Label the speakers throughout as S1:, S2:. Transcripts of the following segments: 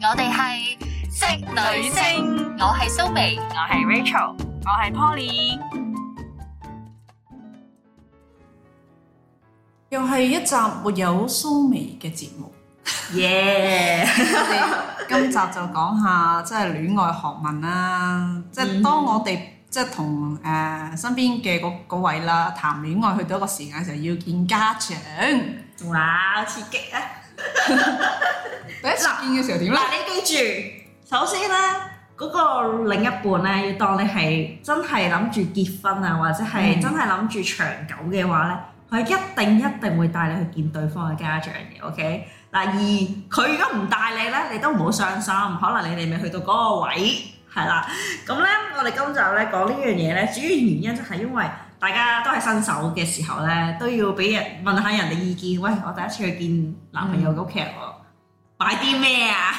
S1: 我哋係職女聲，
S2: 星，
S1: 我係蘇眉，
S2: 我係 Rachel，我係 Poly。
S3: 又係一集沒有蘇眉嘅節目，
S2: 耶！
S3: 今集就講下即係戀愛學問啦。即係當我哋即係同誒身邊嘅嗰嗰位啦談戀愛，去到一個時間嘅時候要見家長。
S2: 哇，刺激啊！
S3: 第一次見嘅時候點咧？
S2: 嗱，你記住，首先咧，嗰、個另一半咧，要當你係真係諗住結婚啊，或者係
S3: 嗯
S2: 真係諗住長久嘅話咧，佢一定一定會帶你去見對方嘅家長嘅，OK？嗱，而佢如果唔帶你咧，你都唔好傷心，可能你哋未去到嗰個位，係啦。咁咧，我哋今集咧講呢樣嘢咧，主要原因就係因為大家都係新手嘅時候咧，都要俾人問下人哋意見。喂，我第一次去見男朋友嘅屋企人喎。買啲咩啊？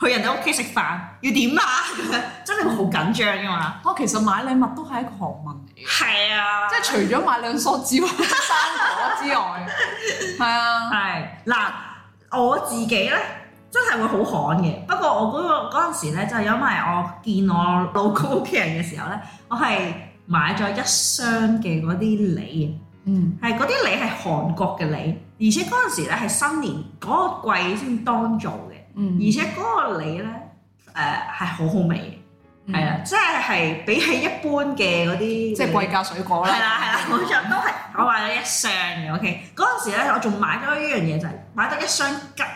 S2: 去人哋屋企食飯要點啊？咁樣真係會好緊張噶嘛。
S3: 我其實買禮物都係一個學問嚟嘅，
S2: 係啊
S3: 即係除咗買兩梳子或者生果之外，係啊，
S2: 係嗱，我自己咧真係會好旱嘅。不過我嗰、個嗰陣時咧，就係因為我見我老公屋企人嘅時候咧，我係買咗一箱嘅嗰啲梨，
S3: 嗯，
S2: 係嗰啲梨係韓國嘅梨，而且嗰陣時咧係新年嗰個季先當造嘅，
S3: 嗯
S2: 而且嗰個梨咧誒係好好味嘅。係啊，即係係比起一般嘅嗰啲，
S3: 嗯即
S2: 即
S3: 係貴價水果
S2: 係
S3: 啦，
S2: 啦係啦，冇錯，都係我買咗一箱嘅。OK，嗰陣時咧，我仲買咗一樣嘢就係買咗一箱桔。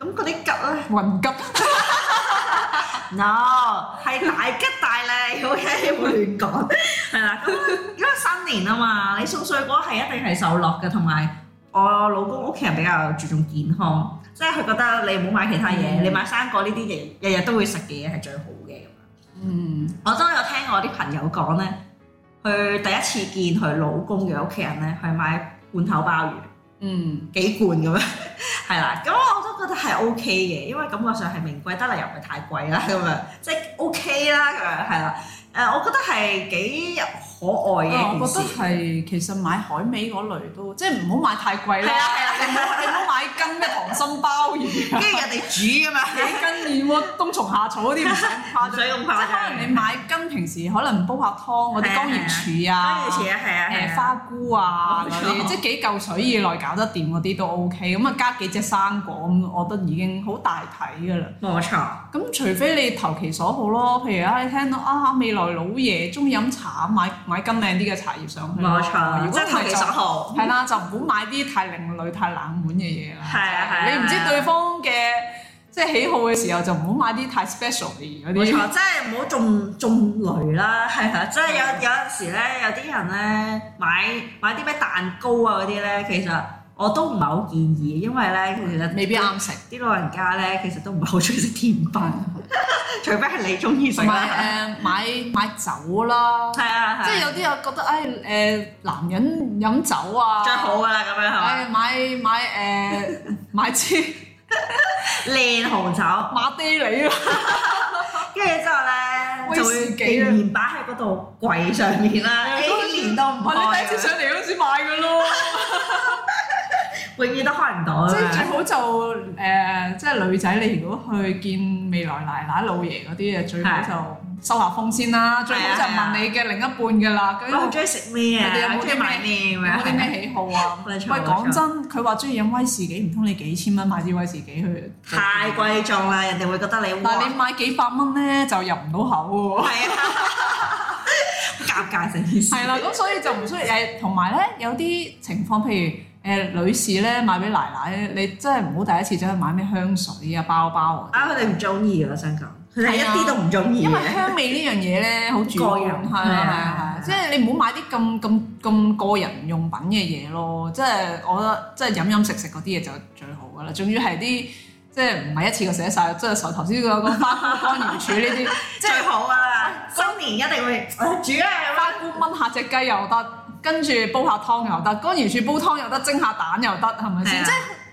S2: 咁嗰啲桔咧
S3: 雲急，
S2: ，no 係大吉大利，OK，唔好 亂講。係啦，咁因為新年啊嘛，你送水果係一定係受落嘅，同埋我老公屋企人比較注重健康，即係佢覺得你唔好買其他嘢，
S3: 嗯
S2: 你買生果呢啲日日日都會食嘅嘢係最好嘅咁樣。
S3: 嗯。
S2: 我真係有聽我啲朋友講咧，佢第一次見佢老公嘅屋企人咧，係買罐頭鮑魚
S3: 嗯，
S2: 幾罐咁樣， 係啦。咁我都覺得係 O K 嘅，因為感覺上係名貴得嚟，又唔係太貴啦，咁樣即係 O K 啦，咁樣係啦。誒、我覺得係幾可愛嘅一
S3: 啊我
S2: 件
S3: 覺
S2: 事
S3: 得。係其實買海味嗰類都，即係唔好買太貴
S2: 係啊
S3: 啦。
S2: 係啊係啊
S3: 你唔好買斤嘅溏心鮑魚
S2: 跟
S3: 啊，
S2: 住人哋煮㗎嘛，
S3: 買斤燕窩冬蟲夏草嗰啲唔使咁誇
S2: 唔
S3: 張。
S2: 使咁
S3: 即係
S2: 誇張。
S3: 可能你買斤平時可能煲下湯嗰
S2: 係啊
S3: 啲江鹽柱
S2: 跟
S3: 啊
S2: 住。似啊，係啊，係
S3: 誒
S2: 啊
S3: 花菇啊
S2: 冇
S3: 嗰
S2: 錯
S3: 啲，即係幾嚿水以內搞得掂嗰啲都 OK，咁啊加幾隻生果咁，我覺得已經好大體㗎啦。
S2: 冇錯。
S3: 咁除非你投其所好咯，譬如啊，你聽到啊未來老爺中意飲茶，買買斤靚啲嘅茶葉上去咯。
S2: 冇錯，
S3: 哦如
S2: 即
S3: 果唔
S2: 係投
S3: 係
S2: 其
S3: 就
S2: 所好。
S3: 係啦，就唔好買啲太另類、太冷門嘅嘢啦。
S2: 係啊係啊
S3: 你唔
S2: 係啊
S3: 知對方嘅即係喜好嘅時候，就唔好買啲太 special 嘅嘢嗰
S2: 冇
S3: 啲。
S2: 錯，即係唔好中中雷啦，係啊！即係有有陣時咧，有啲人咧買買啲咩蛋糕啊嗰啲咧，其實我都唔係好建議，因為咧其實
S3: 未必啱食。
S2: 啲老人家咧，其實都唔係好中意食 甜品，除非係你中意食
S3: 同
S2: 啦。
S3: 埋誒買買酒啦，
S2: 係啊，
S3: 呃即係
S2: 係
S3: 有
S2: 啊
S3: 啲又覺得誒誒男人飲酒啊，
S2: 最好噶啦，咁樣係嘛？
S3: 誒買買誒 買支
S2: 靚紅酒，
S3: 馬爹啊利啦，
S2: 跟住之後咧
S3: 威
S2: 就
S3: 士
S2: 會
S3: 忌
S2: 仍然擺喺嗰度櫃上 面啦
S3: 係啊
S2: 哎，A 年都唔
S3: 我
S2: 開啊
S3: 哋第一次
S2: 咁
S3: 上嚟嗰時買嘅 咯。
S2: 樣，永遠都開唔到啊
S3: 即係
S2: 咁樣
S3: 最好就誒、即係女仔，你如果去見未來奶奶老爺嗰啲啊，最好
S2: 係
S3: 就收下風先
S2: 啊
S3: 啦。最好就問你嘅另一半嘅啦，
S2: 我好
S3: 咁
S2: 中意食咩
S3: 你哋
S2: 啊？
S3: 有冇
S2: 中意
S3: 啲
S2: 買咩咁
S3: 有冇啲
S2: 樣？
S3: 咩喜好 啊？
S2: 冇
S3: 喂，
S2: 錯
S3: 講真，佢話中意飲威士忌，唔通你幾千蚊買支威士忌去？
S2: 太！貴重啦，人哋會覺得你哇，
S3: 但係你買幾百蚊咧，就入唔到口喎。
S2: 係啊，尷尬成件事。
S3: 係啦，咁所以就唔需要誒。同埋咧，有啲情況，譬如。誒、女士咧買俾奶奶咧，你真係唔好第一次走去買咩香水啊、包包啊。
S2: 啊，佢哋唔中意啊，我想講，佢哋一啲都唔中意
S3: 因為
S2: 嘅。
S3: 香味呢樣嘢咧，好主
S2: 個
S3: 觀，
S2: 人
S3: 係
S2: 係
S3: 啊係
S2: 啊
S3: 啊，即係你唔好買啲咁咁咁個人用品嘅嘢咯，即係我覺得即係飲飲食食嗰啲嘢就最好噶啦，仲要係啲即係唔係一次過寫晒，即係頭先嗰個花菇乾瑤柱呢啲，即
S2: 最
S3: 係
S2: 好啊啦，新年一定會啊煮啊，
S3: 花菇炆下隻雞又得，跟住煲下湯又得，乾瑤柱煲湯又得，蒸下蛋又得，係咪
S2: 係啊
S3: 先？即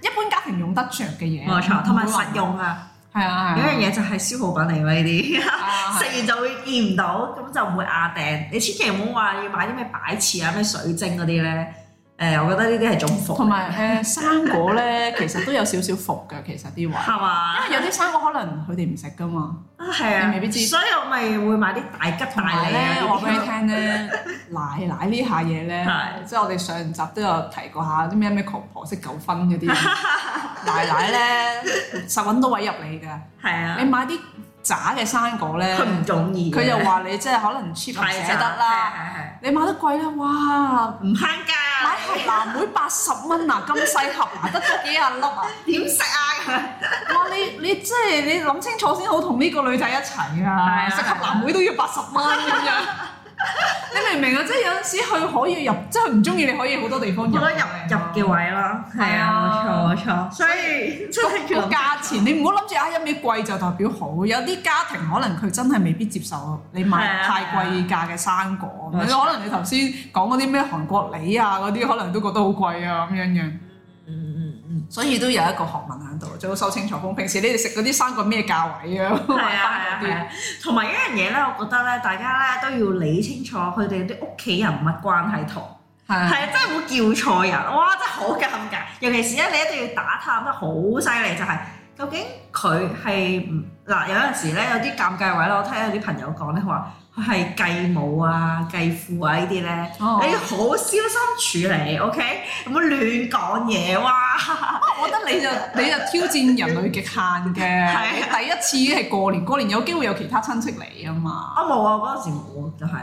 S3: 係一般家庭用得着嘅嘢，啊
S2: 冇錯，同埋
S3: 唔會話
S2: 實用啊。
S3: 係啊
S2: 有一
S3: 係啊
S2: 樣嘢就係消耗品嚟㗎呢
S3: 啊，
S2: 啲，
S3: 係啊
S2: 食完就會見唔到，咁就唔會壓頂。你千祈唔好話要買啲咩擺設啊、咩水晶嗰啲咧，誒，我覺得呢啲係中伏，
S3: 同埋誒生果咧，其實都有少少伏嘅，其實啲位，
S2: 係嘛？
S3: 因為有啲生果可能佢哋唔食噶嘛。
S2: 啊，係啊，
S3: 你未必知
S2: 所以我咪會買啲大吉
S3: 同
S2: 大
S3: 埋
S2: 利
S3: 咧，我話俾你
S2: 啊，
S3: 聽咧，奶奶呢下嘢咧
S2: 係，
S3: 即係我哋上集都有提過下啲咩咩窮婆式糾紛嗰啲， 奶奶咧實揾到位入你㗎。
S2: 係
S3: 你
S2: 啊，
S3: 買啲渣嘅生果咧，
S2: 佢唔啊中意嘅，
S3: 佢又話你即係可能 cheap 唔
S2: 太
S3: 捨
S2: 渣
S3: 得
S2: 啊
S3: 啦。，你買得貴咧，哇！
S2: 係係係唔慳
S3: 買
S2: 㗎，
S3: 盒藍莓八十蚊啊，咁細盒啊，得咗幾廿粒啊！
S2: 點食啊？
S3: 哇！你你即係你諗清楚先好同呢個女仔一齊啊！
S2: 啊
S3: 食盒藍莓都要八十蚊咁樣，你明唔明啊？即係有陣時佢可以入，即係佢唔中意你可以好多地方
S2: 好
S3: 入。
S2: 多入入嘅位啦，係啊，冇錯冇錯，所以真係
S3: 個價錢，你唔好諗住啊一味貴就代表好，有啲家庭可能佢真係未必接受你
S2: 係
S3: 買
S2: 啊
S3: 太貴價嘅生果，
S2: 冇
S3: 你
S2: 錯
S3: 可能你頭先講嗰啲咩韓國梨啊嗰啲，可能都覺得好貴啊咁樣樣，
S2: 嗯嗯
S3: 所以都有一個學問喺度，最好收清楚風。平時你哋食嗰啲生果咩價位啊？
S2: 嗯，係
S3: 買
S2: 啊係
S3: 返
S2: 啊
S3: 嗰啲
S2: 係啊，同埋一樣嘢咧，我覺得咧，大家咧都要理清楚佢哋啲屋企人物關係圖。
S3: 係啊
S2: 係啊，真係會叫錯人，哇！真係好尷尬。尤其是咧，你一定要打探得好犀利，就係、究竟佢係唔嗱有陣時咧有啲尷尬位咯。我聽有啲朋友講咧，佢話佢係繼母啊、繼父啊呢啲咧，
S3: 哦
S2: 你要好小心處理，OK？唔好亂講嘢，哇！
S3: 我覺得你就你就挑戰人類極限嘅，
S2: 係啊
S3: 你第一次已經係過年，過年有機會有其他親戚嚟啊嘛。
S2: 我冇啊，我嗰陣時冇就係、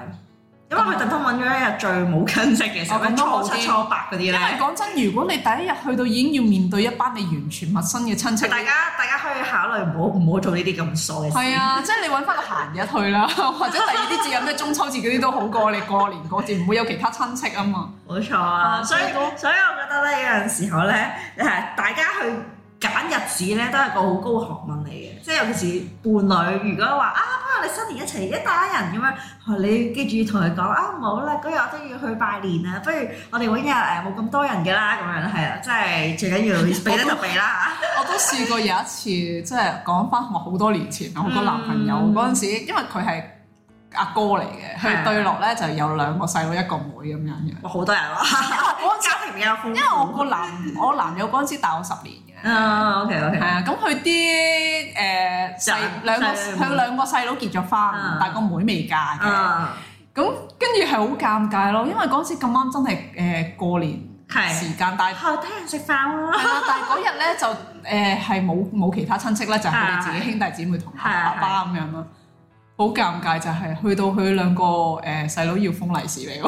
S2: 因為佢特登揾咗一日最冇親戚嘅時候，
S3: 哦咁都好
S2: 初七
S3: 啲
S2: 初八嗰啲
S3: 因為
S2: 咧。
S3: 講真，如果你第一日去到已經要面對一班你完全陌生嘅親戚，
S2: 大家大家可以考慮唔好唔好做呢啲咁傻嘅事。
S3: 係啊，即係你揾翻個閒日去啦， 或者第二啲節日咩中秋節嗰啲都好過你過年過節，唔會有其他親戚啊嘛。
S2: 冇錯啊，
S3: 啊
S2: 所以
S3: 所以都
S2: 所以我覺得咧有陣時候咧誒，大家去揀日子咧都係個好高學問嚟嘅，即係尤其是伴侶，如果話啊不如你新年一齊一打人咁樣，哦你記住同佢講啊唔好啦，嗰日我都要去拜年啊，不如我哋揾日誒冇咁多人嘅啦，咁樣係啊，即係最緊要避得就避啦啊
S3: 我都試過有一次，即係講翻我好多年前，我好多男朋友
S2: 嗯
S3: 嗰陣時，因為佢係阿哥嚟嘅，
S2: 係啊
S3: 佢對落咧就有兩個細佬一個妹咁樣嘅。
S2: 哇好多人喎，
S3: 我嗰陣時
S2: 家庭比較豐富，因
S3: 因為我個男我男友嗰陣時大我十年嘅。
S2: 啊 OK
S3: 係
S2: OK
S3: 啊，咁佢啲誒細
S2: 細
S3: 兩個
S2: 細妹
S3: 佢兩個細佬結咗婚
S2: 嗯，
S3: 但個妹未嫁嘅。
S2: 啊
S3: 咁跟住係好尷尬咯，因為嗰陣時咁啱真係誒、呃、過年時
S2: 係，
S3: 間，但係
S2: 後聽人食飯啦，
S3: 係啦，但係嗰日咧就誒係冇冇其他親戚咧，就係佢哋自己兄弟姊妹同埋爸爸咁樣咯。好尷尬就係、去到佢兩個誒細佬要封利是你 喎，
S2: 嗱，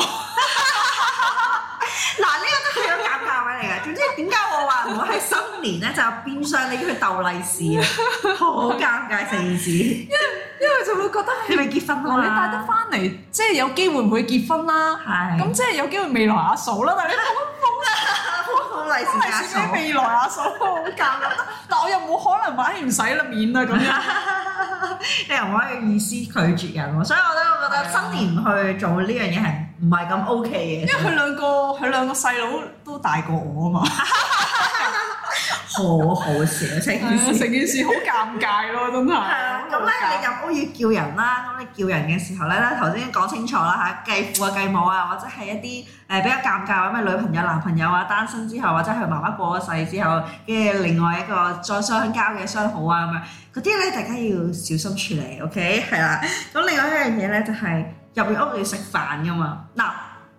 S2: 呢個都係有尷尬位嚟㗎。總之點解我話唔好喺新年咧，就變相你叫佢鬥利是啊，好尷尬成件事。你
S3: 因為就會覺得係
S2: 咪結婚
S3: 嗱你帶得
S2: 啦
S3: 翻嚟， 即係有機會唔會結婚啦？
S2: 嘛？
S3: 咁即係有機會未來阿嫂啦， 但係你
S2: 咁鬥利
S3: 封利
S2: 是加
S3: 是
S2: 數
S3: 俾，未來阿嫂，好尷尬。但我又冇可能話哎唔使啦，免啦咁 樣。
S2: 你又唔可以意思拒絕人喎。所以我都覺得新年去做呢樣嘢係唔係咁
S3: 因為
S2: OK 嘅，
S3: 佢兩個佢兩個細佬都大過我啊嘛，
S2: 好好笑成件事。
S3: 成件事好尷尬咯，真
S2: 係啊
S3: 係。，
S2: 咁咧你入屋要叫人啦，咁你叫人嘅時候咧，頭先講清楚啦嚇，繼父啊、繼母啊，或者係一啲誒、比較尷尬或者女朋友、男朋友啊、單身之後，或者佢媽媽過咗世之後，跟住另外一個再相交嘅相好啊咁樣，嗰啲咧大家要小心處理，OK 係啦。咁另外一樣嘢咧就係、入入屋要食飯噶嘛，嗱。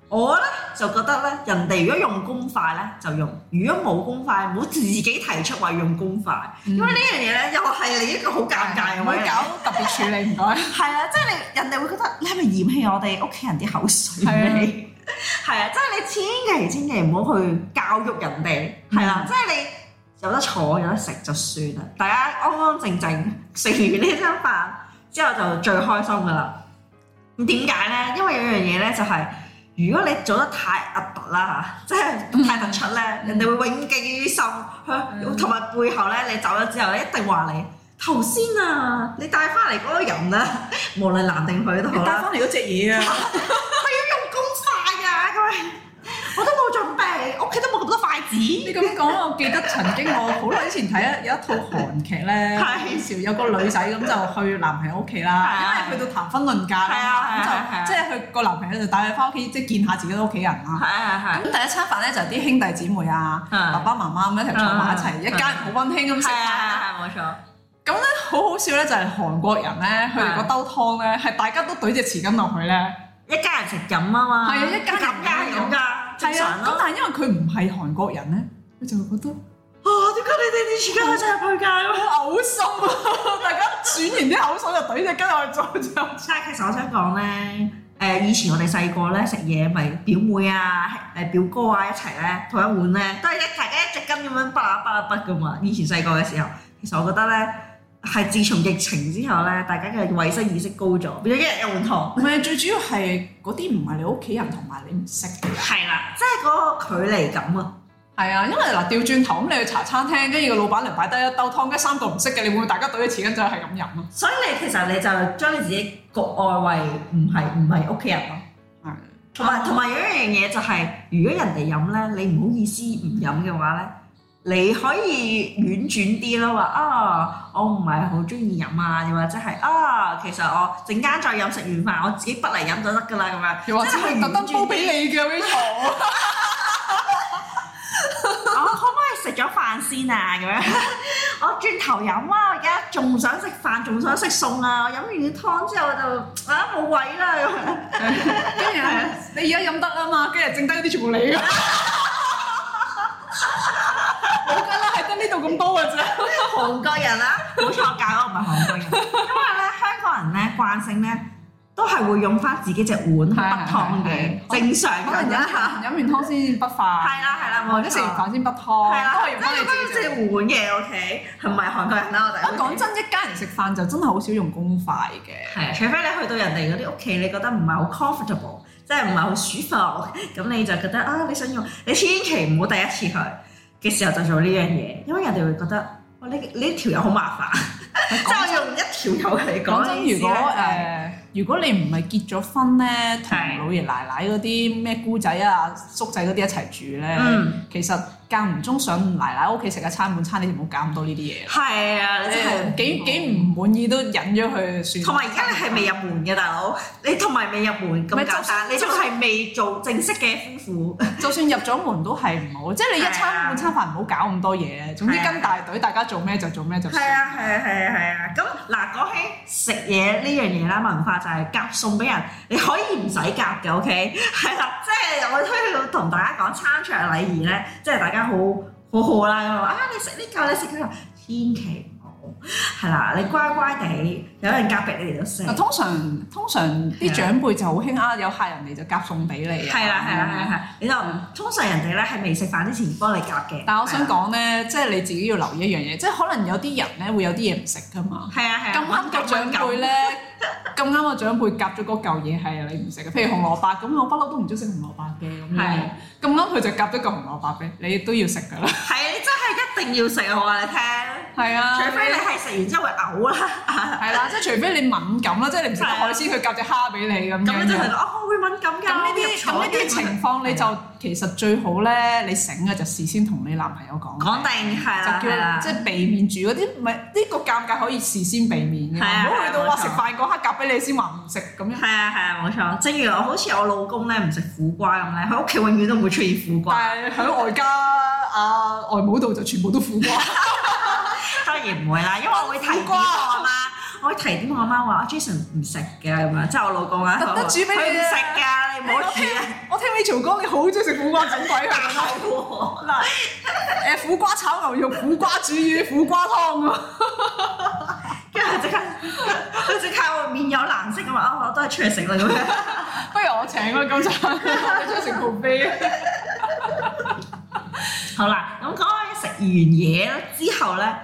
S2: 我咧就覺得咧，人哋如果用公筷咧就用，如果冇公筷，唔好自己提出話用公筷，因為呢樣嘢咧又係你一個好尷尬嘅
S3: 唔
S2: 位嚟啊嘅。
S3: 好搞特別處理，唔該。
S2: 係啊，即係你人哋會覺得你係咪嫌棄我哋屋企人啲口水味？係啊，即係你千祈千祈唔好去教育人哋，係啊啦，即係你有得坐有得食就算啦，大家安安靜靜食完呢餐飯之後就最開心噶啦。咁點解咧？因為有樣嘢咧就係、如果你做得太核突啦嚇，即係太突出咧，人哋會永記於心，佢哦
S3: 嗯
S2: 同埋背後咧，你走咗之後咧，一定話你頭先啊，你帶翻嚟嗰個人啊，無論男定女都好啦，
S3: 翻嚟嗰只嘢啊！
S2: 用公筷啊咁樣，我都冇準備，屋企都冇咁多筷子子。
S3: 你咁講，我記得曾經我好耐以前睇啊一有一套韓劇咧，
S2: 係
S3: 笑有個女仔咁就去男朋友屋企啦，
S2: 係
S3: 因為去到談婚論嫁
S2: 係啊係
S3: 啦
S2: 啊係
S3: 嘛，
S2: 啊
S3: 咁就即係佢個男朋友就帶佢翻屋企，即係見下自己屋企人啦。
S2: 係啊
S3: 咁第一餐飯咧就係啲兄弟姊妹啊、
S2: 係
S3: 爸爸媽媽咁一齊坐埋一齊，
S2: 嗯
S3: 一家人好温馨咁
S2: 係，
S3: 食飯。
S2: 係啊係啊係啊
S3: 咁咧好好笑咧，就係韓國人咧，佢哋個兜湯咧係大家都懟隻匙羹落去咧，
S2: 冇錯，一家人食飲啊嘛。
S3: 係啊一家人
S2: 咁㗎咁㗎，
S3: 係
S2: 正
S3: 啊
S2: 常。
S3: 咁
S2: 咯。
S3: 但係因為佢唔係韓國人咧，佢就會覺得。
S2: 啊！點解你哋啲而家真係推介咁？
S3: 好嘔心啊！ 大家轉完啲口水就懟只雞落去做就
S2: 但係其實我想講咧，誒、以前我哋細個咧食嘢咪表妹啊、誒、表哥啊一齊咧，同一碗咧，都係一大家一隻羹咁樣巴拉巴拉筆噶嘛。以前細個嘅時候，其實我覺得咧係自從疫情之後咧，大家嘅衞生意識高咗，變咗一日一碗湯。
S3: 唔係最主要係嗰啲唔係你屋企人同埋你唔識嘅人。
S2: 係啦，即係嗰個距離感啊！
S3: 係啊，因為嗱調轉頭咁，你去茶餐廳，跟住個老闆娘擺低一兜湯，跟住三個唔識嘅，你會唔會大家懟啲匙羹仔係咁飲啊？
S2: 所以你其實你就將你自己局外圍，唔係唔係屋企人咯。
S3: 係。
S2: 同埋同埋有一樣嘢就係、如果人哋飲咧，你唔好意思唔飲嘅話咧，你可以婉轉啲咯，話啊，我唔係好中意飲啊，又或者係啊，其實我陣間再飲食完飯，我自己不嚟飲就得㗎啦，咁樣。
S3: 又或者佢特登煲俾你嘅 Rachel，
S2: 我可唔可以食咗飯先啊？咁樣， 我轉頭飲啊！我而家仲想食飯，仲想食餸啊！我飲完啲湯之後我就啊冇位啦咁樣。
S3: 跟住係哎你而家飲得啦嘛，跟住剩低嗰啲全部你㗎。 冇計啦，係得呢度咁多嘅啫。
S2: 韓國人啦，冇錯，我教我唔係韓國人，因為咧香港人咧慣性咧都係會用翻自己隻碗去
S3: 係
S2: 滗湯嘅，
S3: 係
S2: 正常
S3: 可
S2: 咁
S3: 能飲
S2: 樣
S3: 完飲完湯先不化。
S2: 係啦係啦，
S3: 或
S2: 冇
S3: 者
S2: 錯。
S3: 食完飯先不湯，
S2: 係啦
S3: 都可以，用
S2: 即
S3: 翻你自
S2: 係翻隻
S3: 己。
S2: 碗嘅，OK，係唔係韓國人啦？我
S3: 不
S2: 哋
S3: 過講真，一家人食飯就真係好少用公筷嘅。
S2: 係，除非你去到人哋嗰啲屋企，你覺得唔係好 comfortable，即係唔係好舒服，咁你就覺得啊，你想用，你千祈唔好第一次去嘅時候就做呢樣嘢，因為人哋會覺得。哇！呢呢條友好 麻煩，即係我用一條友嚟講
S3: 講
S2: 呢
S3: 真，
S2: 意
S3: 如
S2: 思啊
S3: 果
S2: 咧
S3: 誒，如果你唔係結咗婚咧，同
S2: 係
S3: 老爺奶奶嗰啲咩姑仔啊、叔仔嗰啲一齊住咧，
S2: 嗯。
S3: 其實間唔中上奶奶屋企食一餐半餐，你就唔好搞咁多呢啲嘢啦。
S2: 係啊，你真係
S3: 幾幾唔滿意都忍咗佢算。
S2: 同埋而家你係未入門嘅大佬，你同埋未入門咁
S3: 咪就
S2: 簡單，你仲係未做正式嘅夫婦，
S3: 就算入咗門都係唔好，即係你一
S2: 係
S3: 餐
S2: 啊
S3: 半餐飯唔好搞咁多嘢。總之
S2: 係啊
S3: 跟大隊，大家做咩就做咩就算。
S2: 係啊係啊係啊係啊，咁嗱講起食嘢呢樣嘢啦，文化就係夾餸俾人，你可以唔使夾嘅，OK，係 啦，即係我推要同大家講餐桌啊禮儀咧，即係大家好好好啦，咁話啊你食呢嚿你食嗰嚿，千祈唔好，係啦，你乖乖地有人夾俾你哋都食。
S3: 嗱，通常通常啲長輩就好興啊，有客人嚟就夾餸俾你啊。
S2: 係啦係啦係啦係啦，你就
S3: 嗯
S2: 通常人哋咧係未食飯之前幫你夾嘅。
S3: 但係我想講咧，即係你自己要留意一樣嘢，即係可能有啲人咧會有啲嘢唔食噶嘛。
S2: 係啊係啊，
S3: 咁啱個長輩咧，咁啱個長輩夾咗嗰嚿嘢係你唔食嘅，譬如紅蘿蔔咁，我不嬲都唔中意食紅蘿蔔嘅咁樣
S2: 係。
S3: 咁啱佢就夾咗嚿紅蘿蔔俾你，你都要食㗎啦。
S2: 係你真係一定要食啊！我話你聽，
S3: 係啊，
S2: 除非你係食完之後會嘔啦，
S3: 係啦，即係除非你敏感啦，即係你唔食得
S2: 係啊
S3: 海鮮，佢夾隻蝦俾你咁樣。
S2: 咁你就係哦我會敏感㗎。
S3: 咁呢啲咁呢啲情況，你就其實最好咧，你醒嘅就事先同你男朋友講，
S2: 講定係啦
S3: 就
S2: 係
S3: 叫
S2: 啦
S3: 即。係避免住嗰啲，唔係呢個尷尬可以事先避免嘅，
S2: 係啊
S3: 唔好去到
S2: 係啊
S3: 話
S2: 冇錯
S3: 食飯嗰刻夾俾你先話唔食咁樣。
S2: 係啊係啊，冇錯。正如我好似我老公咧唔食苦瓜咁咧，佢屋企永遠都唔會出現苦瓜，
S3: 但係喺外家啊外母度就全部都苦瓜，
S2: 當然唔會啦，因為我會提點我阿媽，我會提點我阿媽話啊 Jason 唔食嘅咁樣，即係我老公啊，
S3: 特登煮俾
S2: 佢
S3: 你
S2: 唔
S3: 啊
S2: 食㗎，你唔好
S3: 我
S2: 煮
S3: 聽
S2: 啊。
S3: 我聽 Rachel 講你好中意食苦瓜，整鬼佢咁樣嗱誒苦瓜炒牛肉、苦瓜煮魚、苦瓜湯啊！
S2: 跟住佢即刻，佢即刻面有難色咁話：啊，我都係出嚟食啦咁樣。
S3: 不如我請啦，咁就 我中意食 c o b
S2: 好啦，咁講開食完嘢之後咧，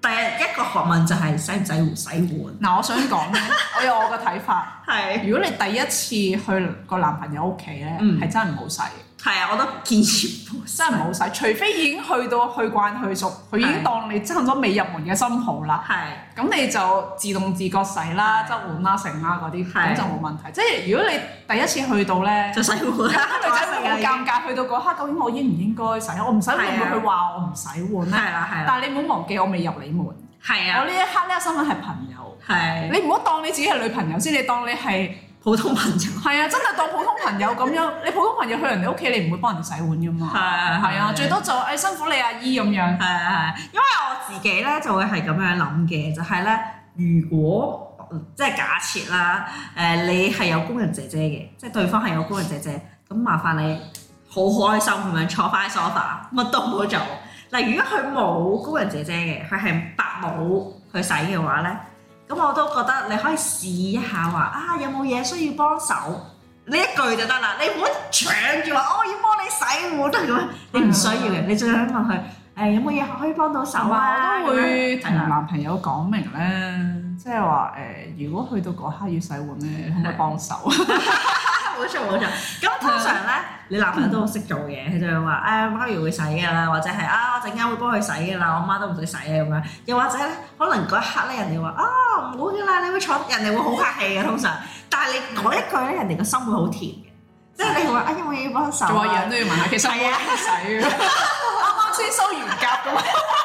S2: 第一個學問就係使唔使洗碗？
S3: 嗱，我想講咧，我有我嘅睇法。
S2: 係
S3: 如果你第一次去個男朋友屋企咧，
S2: 嗯
S3: 係真係唔好洗。
S2: 係啊，我都建議唔好
S3: 真係唔好使，除非已經去到去慣去熟，佢已經
S2: 係
S3: 當你差唔多未入門嘅新抱啦。
S2: 係
S3: 咁你就自動自覺洗啦、執
S2: 係
S3: 碗啦、剩啦嗰啲，
S2: 係
S3: 咁就冇問題。即係如果你第一次去到咧，
S2: 就洗碗
S3: 有
S2: 啦，
S3: 啲 女仔會好尷尬，去到嗰刻究竟我應唔應該洗？我唔洗碗
S2: 係啊
S3: 會唔會佢話我唔洗碗
S2: 係
S3: 咧？
S2: 啦係啦，
S3: 但係你唔好忘記，我未入你門，我
S2: 係啊
S3: 呢一刻咧身份係朋友，
S2: 係
S3: 你唔好當你自己係女朋友先，你當你係
S2: 普通朋友係
S3: 係啊，真係當普通朋友咁樣。你普通朋友去人哋屋企，你唔會幫人哋洗碗噶嘛？係啊，最多就誒、哎辛苦你阿姨咁樣。
S2: 係係，因為我自己咧就會係咁樣諗嘅，就係咧，如果即係假設啦，誒、你係有工人姐姐嘅，即係對方係有工人姐姐，咁麻煩你好開心咁樣坐翻喺 sofa，乜都唔好做。嗱，如果佢冇工人姐姐嘅，佢係白冇去洗嘅話咧，咁我都覺得你可以試一下話啊，有冇嘢需要幫手？呢一句就得啦，你唔好搶住話哦我要幫你洗碗咁樣，你唔需要嘅，你最緊問佢。誒、有冇嘢可以幫到手
S3: 同
S2: 啊？
S3: 埋我都會同
S2: 係啦
S3: 男朋友講明咧，即係話呃誒，如果去到嗰刻要洗碗咧，可唔可以幫手？
S2: 啊冇錯冇錯。
S3: 啊
S2: 咁通常咧，你男朋友都好識做嘅，佢就會話啊誒媽咪會洗㗎啦，或者係啊我陣間會幫佢洗㗎啦，我媽都唔使洗啊咁樣。又或者咧，可能嗰一刻咧，人哋話啊唔好㗎啦，你會坐，人哋會好客氣嘅通常。但係你講一句咧，人哋個心會好甜嘅，即係你會話啊有冇嘢要幫 手
S3: 做
S2: 啊
S3: 下樣都要問下，其實
S2: 係
S3: 我
S2: 啊
S3: 唔使嘅， 啱啱先收完甲咁。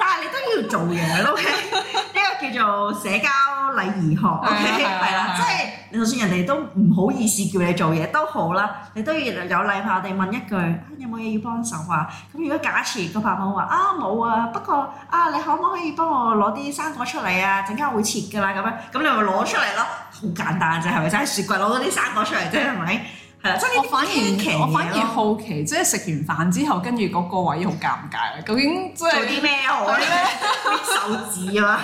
S2: 但係你都要做嘢，OK？呢個叫做社交禮儀學，OK？
S3: 係啊係啊
S2: 係啦，
S3: 係啊
S2: 即係你就算人哋都唔好意思叫你做嘢都好啦，你都要有禮貌地問一句啊，有冇嘢要幫手啊？咁如果假設個伯母話啊冇啊，不過啊你可唔可以幫我攞啲生果出 嚟啊？陣間我會切㗎啦咁樣，咁你咪攞出嚟咯，好簡單啫，係咪？就喺雪櫃攞咗啲生果出嚟啫，係咪？係啦，即係
S3: 我
S2: 呢
S3: 反
S2: 啲奇
S3: 而我反而好奇，即係食完飯之後，跟住嗰個位好尷尬，究竟即
S2: 做
S3: 係
S2: 啲咩好
S3: 係
S2: 咧？
S3: 咧
S2: 搣手指啊嘛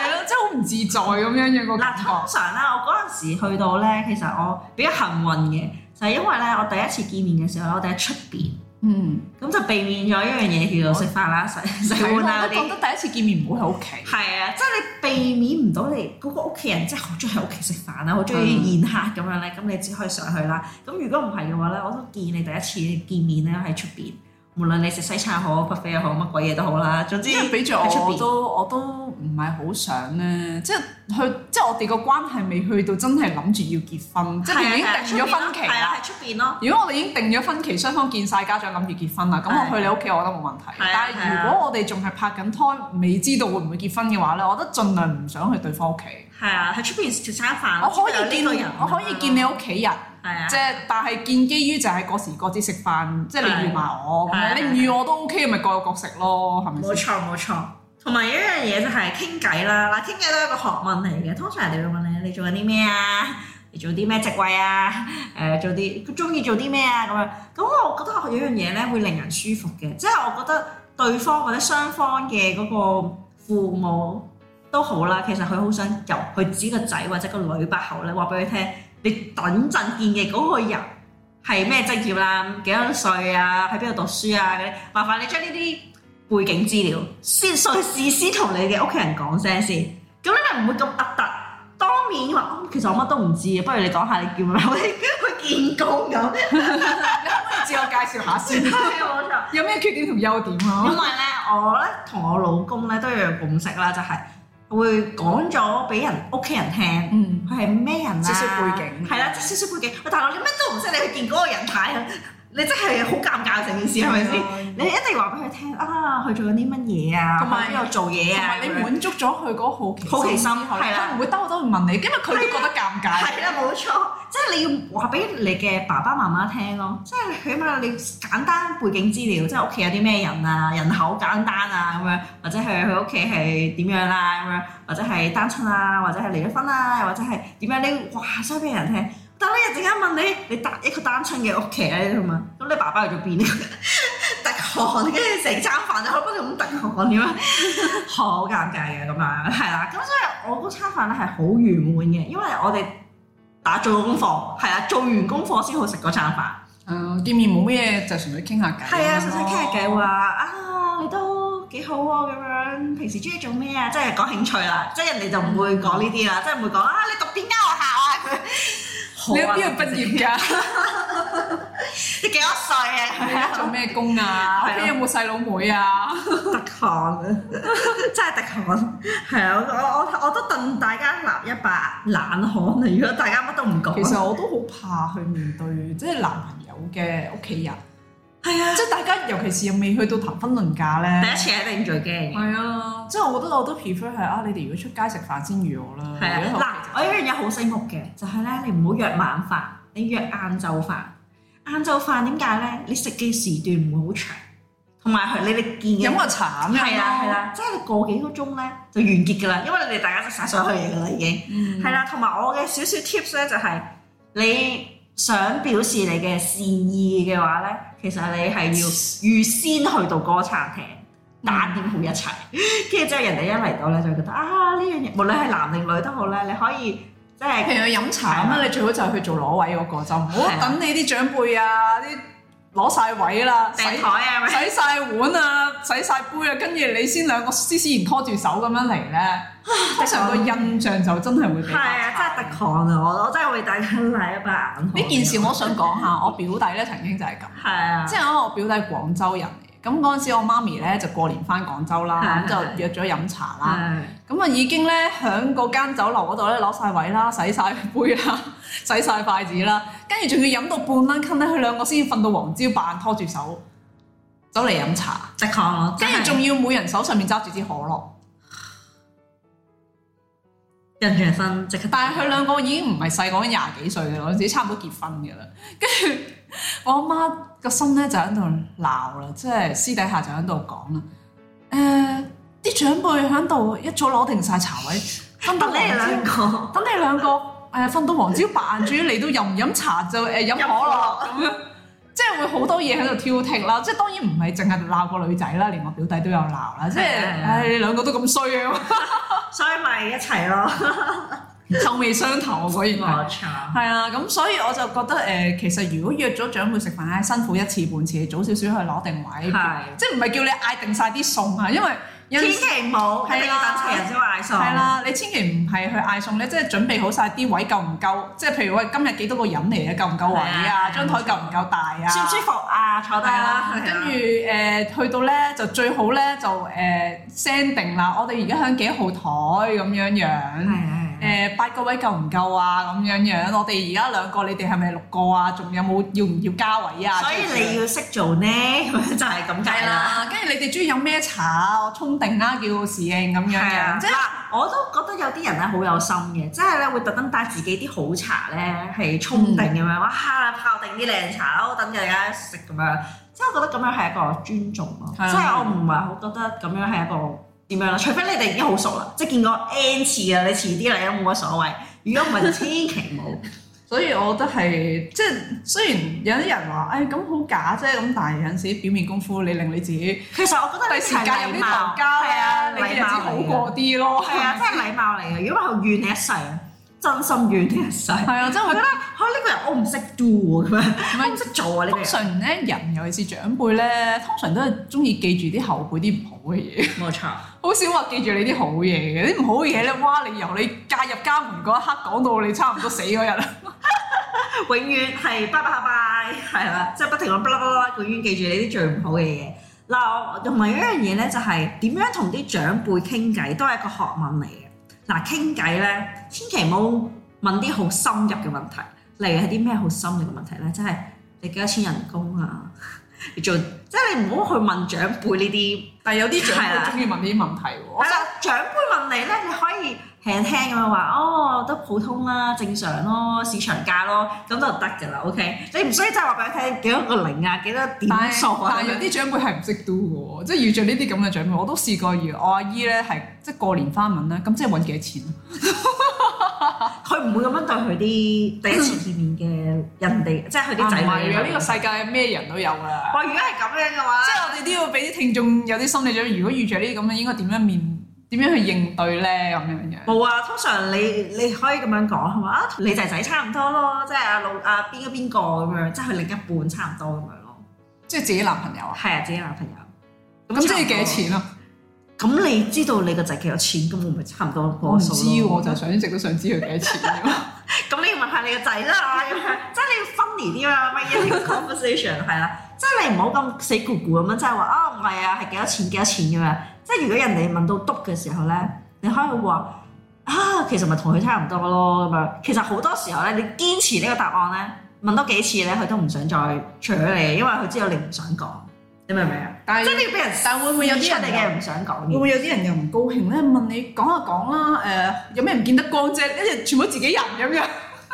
S2: 〜
S3: 係咯，即係好唔自在咁樣嘅個
S2: 嗱，
S3: 感覺。
S2: 通常咧，我嗰陣時去到咧，其實我比較幸運嘅，就係、因為咧，我第一次見面嘅時候，我哋喺出邊，
S3: 嗯，
S2: 咁就避免咗一樣嘢叫做食飯啦、洗洗碗啦
S3: 啊我都
S2: 嗰
S3: 覺
S2: 啲。
S3: 得第一次見面唔好喺屋企。
S2: 係啊，即係你避免唔到你嗰個屋企人，即係好中意喺屋企食飯啦，好中意宴客咁樣
S3: 嗯
S2: 咧，咁你只可以上去啦。咁如果唔係嘅話咧，我都建議你第一次見面咧喺出邊，無論你食西餐好、buffet 又好、乜鬼嘢都好啦，總之
S3: 因為俾著
S2: 喺出
S3: 我，我
S2: 邊
S3: 都我都唔係好想咧，即係去即係我哋個關係未去到真係諗住要結婚，即係已經定咗婚期
S2: 啊係啊
S3: 啦
S2: 啦，。喺出邊咯。
S3: 如果我哋已經定咗婚期，雙方見晒家長諗住結婚啦，咁
S2: 係
S3: 我去你屋企我覺得冇問題。
S2: 係啊
S3: 但係如果我哋仲係拍緊拖，未知道會唔會結婚嘅話咧，我覺得盡量唔想去對方屋企。
S2: 係啊，喺出邊食餐飯，
S3: 我可
S2: 啊有
S3: 以
S2: 呢
S3: 見
S2: 個人，
S3: 我可以見你屋企人，
S2: 係啊，
S3: 即係但係見基於就係嗰時嗰節食飯，即係你
S2: 係
S3: 預埋我咁
S2: 係
S3: 樣，
S2: 係
S3: 你唔預我都 OK，咪各有各食咯，係咪
S2: 冇
S3: 先？
S2: 錯冇錯。同埋有一樣嘢就係傾偈啦，嗱傾偈都係一個學問嚟嘅。通常人哋會問你你做緊啲咩啊？你做啲咩職位啊？ 誒、做啲佢中意做啲咩啊？咁樣咁我覺得有一樣嘢咧會令人舒服嘅，即係我覺得對方或者雙方嘅嗰個父母都好啦，其實佢好想由佢自己個仔或者個女把口咧話俾佢聽，你等陣見嘅嗰個人係咩職業啦、幾多歲啊、喺邊度讀書啊嗰啲，麻煩你將呢啲。背景資料，先所以事先同你嘅屋企人講聲先，咁你咪唔會咁核突，當面話、哦、其實我乜都唔知嘅，不如你講下你叫 咩？我哋去見工咁，
S3: 哦你可唔可以自我介紹下先？
S2: 係啊冇錯。
S3: 有咩缺點同優點
S2: 因為
S3: 啊？
S2: 咧，我咧同我老公咧都有樣共識啦，就係、會講咗俾人屋企人聽，
S3: 嗯，
S2: 佢係咩人啦、啊，
S3: 少少背景
S2: 係啦，即係少少背景。喂，大佬你乜都唔識，你去見嗰個人睇，啊 你真係好尷尬成件事係咪先？
S3: 先？
S2: 你一定話俾佢聽啊，佢做緊啲乜嘢啊，
S3: 嗯同埋
S2: 喺邊度做嘢
S3: 同
S2: 啊，
S3: 埋你滿足咗佢嗰個好奇
S2: 好奇心
S3: 之後
S2: 係啦
S3: 佢唔會兜兜去問你，因為佢都覺得尷尬。
S2: 係啦，冇錯，即係你要話俾你嘅爸爸媽媽聽咯，即係起碼你簡單背景資料，即係屋企有啲咩人啊，人口簡單啊咁樣，或者係佢屋企係點樣啦、咁樣，或者係單親啊，或者係離咗婚啊，又或者係點樣你話晒俾人聽。但係你一陣間問你，你單一個單親嘅屋企咧咁啊，咁你爸爸去咗邊？ 特汗，跟住成餐飯就不停咁特汗咁樣，啊 好尷尬啊嘅咁樣，係啦。咁所以我嗰餐飯咧係好圓滿嘅，因為我哋打做功課，係啊啦，做完功課先好食嗰餐飯。
S3: 誒，哦見面冇咩嘢，就純粹傾下偈。
S2: 係啊，純粹傾下偈話。啊，你都幾好喎、咁樣，平時中意做咩啊？即係講興趣啦，即係人哋就唔會講呢啲啦，即係唔會講啊， 你讀邊間學校啊？佢
S3: 你喺邊度畢業㗎？
S2: 你幾多歲
S3: 你而家做
S2: 啊？
S3: 咩工啊？
S2: 係啊
S3: 屋企有冇細佬妹啊？
S2: 特汗， 真係特汗。係啊，我我我都戥大家立一把冷汗啊！如果大家乜都唔講，
S3: 其實我都好怕去面對即係男朋友嘅屋企人，
S2: 係啊，
S3: 即係大家尤其是又未去到談婚論嫁咧。
S2: 第一次一定最驚嘅。
S3: 係啊，即係我覺得我都 prefer 係啊，你哋如果出街食飯先預我啦。
S2: 係
S3: 如果喺屋企
S2: 啊，嗱，我有一樣嘢好醒目嘅，就係咧，你唔好約晚飯，你約晏晝飯。晏晝飯點解咧？你食嘅時段唔會好長，同埋係你哋見嘅
S3: 飲個茶咁樣
S2: 係啊啦係啦，即係你過幾個鐘咧就完結㗎啦，因為你哋大家都晒所有嘢㗎啦已經。
S3: 嗯
S2: 係啦，同埋我嘅少少 tips 咧，就係你想表示你嘅善意嘅話咧，其實你係要預先去到嗰個餐廳打點好一切，跟住之後人哋一嚟到咧就會覺得啊呢樣嘢，無論係男定女都好咧，你可以即係
S3: 譬如去飲茶咁
S2: 係啊
S3: 樣，你最好就係去做攞位嗰個，就唔
S2: 係啊
S3: 好等你啲長輩啊啲攞晒位啦，洗
S2: 訂台啊，咪
S3: 洗晒碗啊，洗晒杯啊，跟住你先兩個斯斯然拖住手咁樣嚟咧，通常個印象就真係會比較
S2: 啊係啊，真係
S3: 差
S2: 特狂啊！我我真係為大家賴一把眼汗。
S3: 呢件事我想講下， 我表弟咧曾經就係咁。
S2: 係啊，
S3: 即係因為我表弟係廣州人嚟，咁嗰陣時我媽咪咧就過年翻廣州啦，咁
S2: 係
S3: 就約咗飲茶啦。
S2: 係
S3: 咁啊已經咧喺嗰間酒樓嗰度咧攞晒位啦，洗晒杯啦， 洗晒筷子啦，跟住仲要飲到半撚坑咧，佢兩個先瞓到黃朝扮拖住手走嚟飲茶，
S2: 特狂咯，
S3: 跟住仲要每人手上面揸住支可樂，
S2: 印象深即刻。
S3: 但係佢兩個已經唔係細個，已經廿幾歲嘅啦，自己差唔多結婚嘅啦。跟住我阿媽個心咧就喺度鬧啦，即係私底下就喺度講啦。誒、啲長輩喺度一早攞定晒茶位，分到
S2: 得你
S3: 黃
S2: 哋兩
S3: 朝，
S2: 個。
S3: 等你兩個誒瞓到黃朝扮住嚟到又唔飲茶就誒飲可樂咁樣。即係會好多嘢喺度挑剔啦，即係當然唔係淨係鬧個女仔啦，連我表弟都有鬧啦，即係
S2: 係係係
S3: 唉你兩個都咁衰啊嘅，
S2: 所以咪一齊咯。
S3: 臭味相投啊！果然係。
S2: 冇錯，
S3: 係啊，咁所以我就覺得誒、呃其實如果約咗長輩食飯，唉辛苦一次半次，早少少去攞定位，
S2: 係
S3: 即係唔係叫你嗌定晒啲餸啊，因為有
S2: 千
S3: 陣時
S2: 祈唔好，一定要等齊人先嗌餸。
S3: 係，啦，你千祈唔係去嗌餸咧，即係準備好晒啲位夠唔夠，即係譬如喂今日幾多個人嚟啊，夠唔夠位
S2: 係啊
S3: 啊，張台夠唔夠大啊，
S2: 舒唔舒服啊？坐低
S3: 係
S2: 啦
S3: 啦，，跟住誒去到咧就最好咧就誒 send 定啦，我哋而家響幾號台咁樣樣。誒、
S2: 係
S3: 八個位夠唔夠啊？咁樣樣，我哋而家兩個，你哋係咪六個啊？仲有冇要唔要加位啊？
S2: 係，所以你
S3: 要
S2: 要識做呢， 咁樣就係咁解
S3: 係
S2: 啦。
S3: 啦。跟住你哋中意飲咩茶啊？我沖定啦，叫侍應咁樣
S2: 係啊，
S3: 樣，
S2: 即
S3: 即
S2: 係
S3: 係
S2: 我都覺得有啲人咧好有心嘅，即係咧會特登帶自己啲好茶咧係沖定咁樣，哇泡定啲靚茶啦，我等大家食咁樣。即係我覺得咁樣係一個尊重咯，
S3: 係啊
S2: 即係我唔係好覺得咁樣係一個點樣啦。除非你哋已經好熟啦，即係見過 N 次啊啦，你遲啲嚟都冇乜所謂。如果唔係就千祈唔好。
S3: 所以我覺得係即係雖然有啲人話誒咁好假啫，咁但係有陣時表面功夫，你令你自己
S2: 其實我覺得
S3: 第
S2: 呢
S3: 時
S2: 啲係
S3: 間有
S2: 禮
S3: 啲
S2: 貌，
S3: 頭家
S2: 係啊，
S3: 咧，你嘅日
S2: 禮
S3: 子
S2: 貌
S3: 好
S2: 嚟嘅，
S3: 過啲咯。
S2: 係 啊，真係禮貌嚟嘅。如果唔係我怨你一世啊，真心怨你一世。
S3: 係啊，即係我覺得
S2: 嚇呢個人我唔識
S3: 唔
S2: do 喎，咁樣我唔識做啊呢
S3: 通
S2: 個人。
S3: 常咧人尤其是長輩咧，通常都係中意記住啲後輩啲唔好嘅嘢。
S2: 冇錯，
S3: 好少話記住你啲好嘢嘅，啲唔好嘅嘢咧，哇！你由你嫁入家門嗰一刻講到你差唔多死嗰日啦，
S2: 永遠係拜拜拜拜，係啦，即係不停咁巴拉巴拉，永遠記住你啲最唔好嘅嘢。嗱，我同埋有一樣嘢咧，就係點樣同啲長輩傾偈，都係一個學問嚟嘅。嗱，傾偈咧，千祈唔好問啲好深入嘅問題，例如係啲咩好深入嘅問題咧，即係你幾多錢人工啊？你做即係你唔好去問長輩呢啲。
S3: 但係有啲長
S2: 係啊
S3: 輩中意問呢啲問題喎，
S2: 我
S3: 我
S2: 就長輩問你咧，你可以輕輕咁樣話，哦，都普通啦，正常咯，市場價咯，咁就得㗎啦。OK，你唔需要真係話俾佢聽幾多個零啊，幾多
S3: 但
S2: 點數
S3: 係
S2: 啊
S3: 但係。有啲長輩係唔識 do 嘅喎，即係遇着呢啲咁嘅長輩，我都試過遇我阿姨咧係即係過年翻問啦，咁即係揾幾多錢啊？
S2: 佢唔會咁樣對佢啲第一次見面嘅人哋，即係佢啲仔
S3: 唔嗯
S2: 女
S3: 係啊，呢個世界咩人都有啦。
S2: 哦哇，如果係咁樣嘅話
S3: 即，係我哋都要俾啲聽眾有啲心理準備，如果遇着呢啲咁嘅，應該點樣面點樣去應對咧？咁樣樣。
S2: 冇啊，通常你你可以咁樣講係嘛？啊，你仔仔差唔多咯，即係阿老阿邊個邊個咁樣，即係佢另一半差唔多咁樣咯。
S3: 即係自己男朋友啊，
S2: 係啊，自己男朋友。
S3: 咁即係幾
S2: 差唔
S3: 多
S2: 多
S3: 錢啊？
S2: 咁你知道你個仔幾多錢，咁我咪差唔多
S3: 我
S2: 嗰
S3: 唔
S2: 個
S3: 知
S2: 數
S3: 喎，
S2: 咯
S3: 我就想一直都想知佢幾多錢啫嘛。
S2: 咁你要問下你個仔啦，咁樣即係你 healthy 啲嘛，乜嘢呢個 conversation 係啦，即係你唔好咁死咕咕咁樣，即係話啊唔係啊，係幾多錢幾多錢咁樣。即係如果人哋問到篤嘅時候咧，你可以話啊，其實咪同佢差唔多咯咁樣。其實好多時候咧，你堅持呢個答案咧，問多幾次咧，佢都唔想再搶你，因為佢知道你唔想講，你明唔明啊？
S3: 但
S2: 即係
S3: 係
S2: 你要俾人，
S3: 但會唔會有啲人
S2: 你嘅唔想講
S3: 會唔
S2: 嘅？
S3: 會有啲人又唔高興咧？問你講下講啦，誒、有咩唔見得光啫？一日全部都自己人咁樣，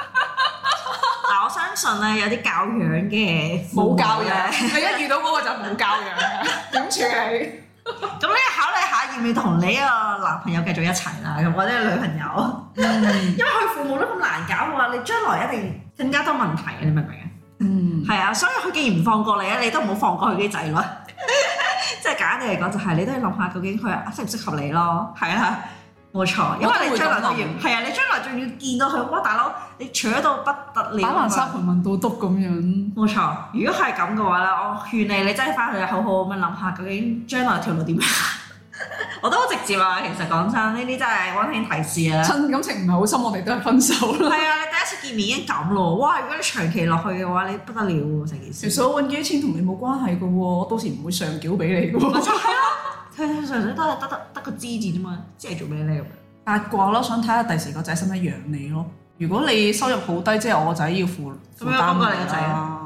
S2: 嗱，我相信咧有啲教養嘅父母
S3: 冇教
S2: 咧
S3: 養。你一遇到嗰個就冇教養嘅，點處理？
S2: 咁你考慮下要唔要同你個男朋友繼續一齊啦，咁或者女朋友，
S3: 嗯
S2: 因為佢父母都咁難搞嘅話，你將來一定更加多問題嘅，你明唔明啊？
S3: 嗯，
S2: 係啊，所以佢既然唔放過你咧，你都唔好放過佢啲仔女。 即係簡單嚟講，就係你都要諗下究竟佢適唔適合你咯。係啊，冇錯，因為你將來都
S3: 我都
S2: 要
S3: 會咁諗
S2: 係啊，你將來仲要見到佢，哇大佬，你搶到不得了
S3: 打爛
S2: 啊
S3: 沙盤問到篤咁樣。
S2: 冇錯，如果係咁嘅話咧，我勸你你真係翻去好好咁樣諗下，究竟將來條路點行？ 我都好直接啊，其實講真，呢啲真係温馨提示 啊。
S3: 趁感情唔係好深，我哋都係分手啦。
S2: 係啊，你第一次見面已經咁咯，哇！如果你長期落去嘅話，你不得了喎成件
S3: 其
S2: 事。
S3: 實我揾幾多錢同你冇關係嘅喎，我到時唔會上繳俾你嘅 喎。
S2: 佢純粹都係得得得個知字啫嘛，知係做咩咧咁樣？
S3: 八卦咯，想睇下第時個仔使唔使養你咯。如果你收入好低，即係我個仔要負
S2: 咁
S3: 負
S2: 樣
S3: 擔
S2: 幫過你個仔
S3: 啊。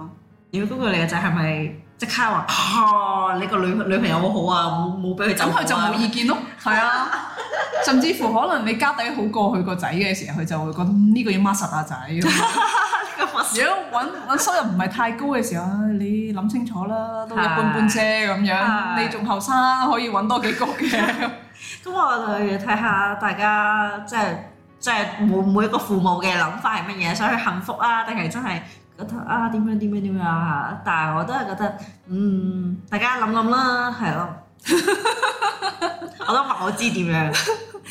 S2: 如果嗰個你嘅仔係咪即刻話啊？你個女女朋友好好啊，冇冇俾佢走
S3: 咁
S2: 好啊？
S3: 佢就冇意見咯，係啊。甚至乎可能你家底好過佢個仔嘅時候，佢就會覺得嗯呢、個要 mark 實啊仔。如果揾揾收入唔係太高嘅時候，唉你諗清楚啦，都一般般啫咁樣。
S2: 係
S3: 你仲後生，可以揾多幾個 嘅。
S2: 咁我就要睇下大家即係即係每每個父母嘅諗法係乜嘢，想去幸福啊，定係真係覺得啊點樣點樣點樣啊？但係我都係覺得，嗯，大家諗諗啦，係 咯，我都話我知點樣，嗯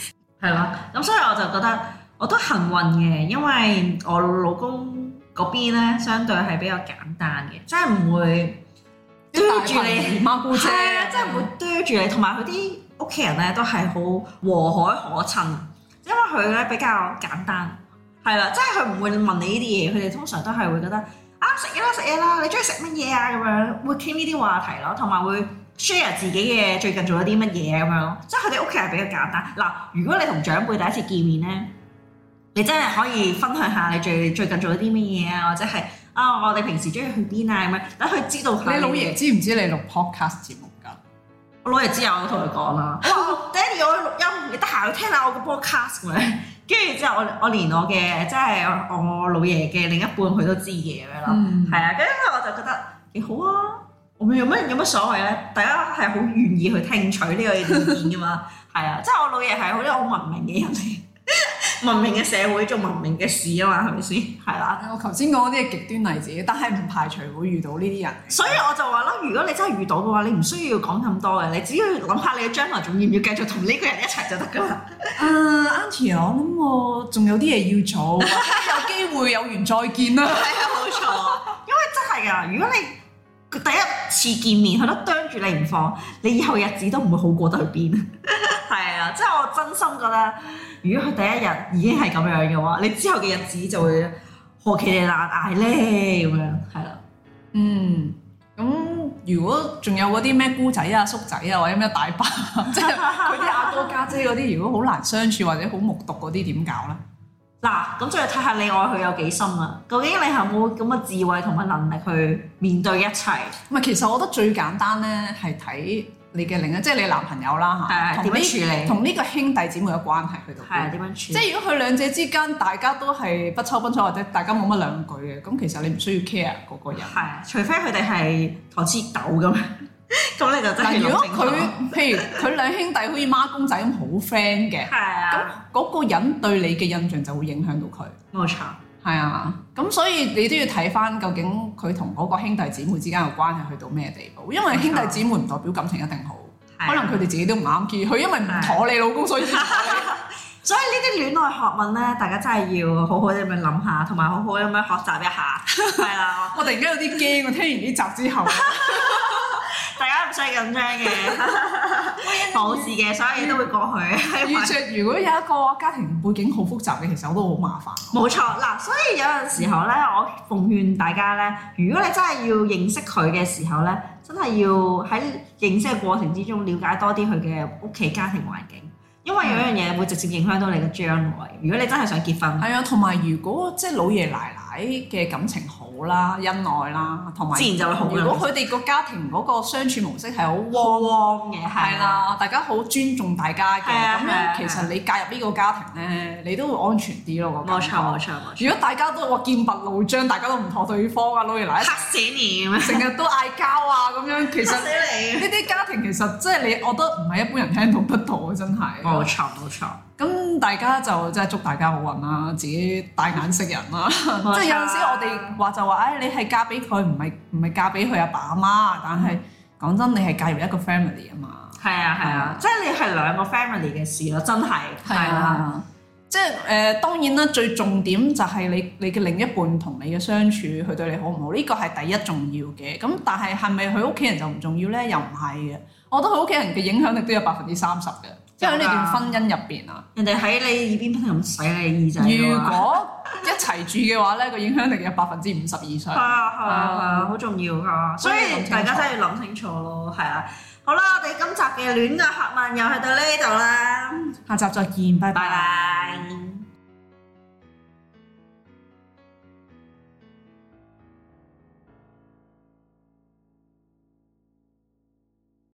S2: 係咯，咁所以我就覺得我都幸運嘅，因為我老公嗰邊咧相對係比較簡單嘅，即係唔會
S3: 一大
S2: 對住
S3: 群
S2: 你。
S3: 姨媽姑姐，
S2: 係啊，真係會啄住你，同埋佢啲屋企人咧都係好和藹可親，因為佢咧比較簡單，係啦，即係佢唔會問你呢啲嘢，佢哋通常都係會覺得啊食嘢啦食嘢啦，你中意食乜嘢啊咁樣，會傾呢啲話題咯，同埋會 share 自己嘅最近做咗啲乜嘢咁樣咯，即係佢哋屋企係比較簡單。嗱，如果你同長輩第一次見面咧，你真係可以分享下你最最近做咗啲乜嘢啊，或者係啊我哋平時中意去邊啊咁樣，等佢知道下
S3: 你老
S2: 嘢
S3: 爺知唔知你錄 podcast 節目㗎？
S2: 我攞嚟之後，我同佢講啦，我話爹哋，我錄音，你得閒去聽下我個 podcast 咁樣。 跟住之後我，我連我嘅即係我老爺嘅另一半，佢都知嘅咁樣咯。
S3: 嗯
S2: 係啊，跟住我就覺得幾好啊！我咪有乜有乜所謂咧？大家係好願意去聽取呢個意見噶嘛？ 係啊，即係我老爺係好啲好文明嘅人嚟， 文明嘅社會做文明嘅事啊嘛，係咪先？係啦。
S3: 我頭先講嗰啲係極端例子，但係唔排除會遇到呢啲人。
S2: 所以我就話啦，如果你真係遇到嘅話，你唔需要講咁多嘅，你只要諗下你嘅將來仲要唔要繼續同呢個人一齊就得㗎啦。
S3: 啊，Auntie，我諗我仲有啲嘢要 做，有機會有緣再見啦。
S2: 係啊， 冇錯，因為真係㗎，如果你第一次見面佢都啄住你唔放，你以後日子都唔會好過得去邊。 係啊，即係我真心覺得，如果佢第一日已經係咁樣嘅話，你之後嘅日子就會何其你難捱咧咁樣，係啦。
S3: 嗯，咁如果仲有嗰啲咩姑仔啊、叔仔啊，或 者咩大伯，即係佢啲阿哥家姐嗰啲，如果好難相處或者好目睹嗰啲，點搞咧？
S2: 嗱，咁就要睇下你愛佢有幾深啦。究竟你有冇咁嘅智慧同埋能力去面對一切？
S3: 唔係，其實我覺得最簡單咧係睇你嘅另一，即係你男朋友啦
S2: 係
S3: 嚇，同呢
S2: 點樣處理
S3: 同呢個兄弟姊妹嘅關係去到邊
S2: 係啊點樣處
S3: 即
S2: 理？
S3: 係如果佢兩者之間大家都係不抽不睬，或者大家冇乜兩句嘅，咁其實你唔需要 care 嗰個人。
S2: 係，啊除非佢哋係糖黐豆咁，咁你就 真
S3: 但
S2: 係
S3: 如
S2: 要
S3: 果
S2: 諗清楚
S3: 佢譬如佢兩兄弟好似孖公仔咁好 friend 嘅，
S2: 係
S3: 咁
S2: 啊，
S3: 嗰個人對你嘅印象就會影響到佢。
S2: 冇錯，
S3: 係啊，咁所以你都要睇翻究竟佢同嗰個兄弟姊妹之間嘅關係去到咩地步，因為兄弟姊妹唔代表感情一定好，
S2: 係啊
S3: 可能佢哋自己都唔啱結，佢因為唔妥你老公，所以先妥你。
S2: 所以呢啲戀愛學問咧，大家真係要好好咁樣諗下，同埋好好咁樣學習一 下，係啊啦。
S3: 我突然間有啲 驚，我聽完呢集之後。
S2: 大家唔使緊張嘅，
S3: 喂，
S2: 冇嗯事嘅，所有嘢都會過去。係
S3: 遇
S2: 咪
S3: 着如果有一個家庭背景好複雜嘅，其實我都好麻煩。
S2: 冇錯嗱，所以有陣時候咧，我奉勸大家咧，如果你真係要認識佢嘅時候咧，真係要喺認識嘅過程之中了解多啲佢嘅屋企家庭環境，因為有一樣嘢會直接影響到你嘅將來。如果你真係想結婚，
S3: 係啊，同埋如果即係老爺奶奶嘅感情好啦、恩愛啦，同埋
S2: 自然就會好㗎
S3: 如果佢哋個家庭嗰個相處模式啊係好
S2: 好
S3: warm，
S2: warm 嘅
S3: 係
S2: 係啦。
S3: 啦，大家好尊重大家嘅，
S2: 係啊
S3: 咁
S2: 係啊
S3: 樣其實你介入呢個家庭咧，你都會安全啲咯。個
S2: 冇
S3: 感
S2: 錯
S3: 覺
S2: 冇錯冇錯，
S3: 如果大家都話劍拔弩張，大家都唔妥對方啊，老爺 奶奶
S2: 嚇死你咁樣，
S3: 成日都嗌交啊，咁樣其 實
S2: 嚇死你！
S3: 呢啲家庭其實即係你，我覺得唔係一般人聽到得到嘅，真係。
S2: 冇錯冇錯，
S3: 咁大家就真係祝大家好運啦，自己大眼識人啦。
S2: 冇錯
S3: 即係有陣時我哋話就話，誒、你係嫁俾佢，唔係唔係嫁俾佢阿爸阿媽，但係講真，你係嫁入一個 family 啊嘛。
S2: 係啊係啊，即係你係兩個 family 嘅事咯，真係係啦，
S3: 啊，即係誒、呃、當然啦，最重點就係你你嘅另一半同你嘅相處，佢對你好唔好，呢個係第一重要嘅。咁但係係咪佢屋企人就唔重要咧？又唔係嘅。我覺得佢屋企人嘅影響力都有百分之三十嘅，即係喺呢段婚姻入邊啊。
S2: 人哋喺你耳邊不停咁洗你耳仔㗎
S3: 如
S2: 嘛
S3: 果一齊住嘅話咧，個影響力有百分之五十以上
S2: 係。啊係啊係啊，好重要噶，所以大家真係要諗清楚咯，係啊。好啦，我哋今集嘅戀愛客問又去到呢度啦，
S3: 下集再見，拜
S2: 拜
S3: 拜。
S2: 拜。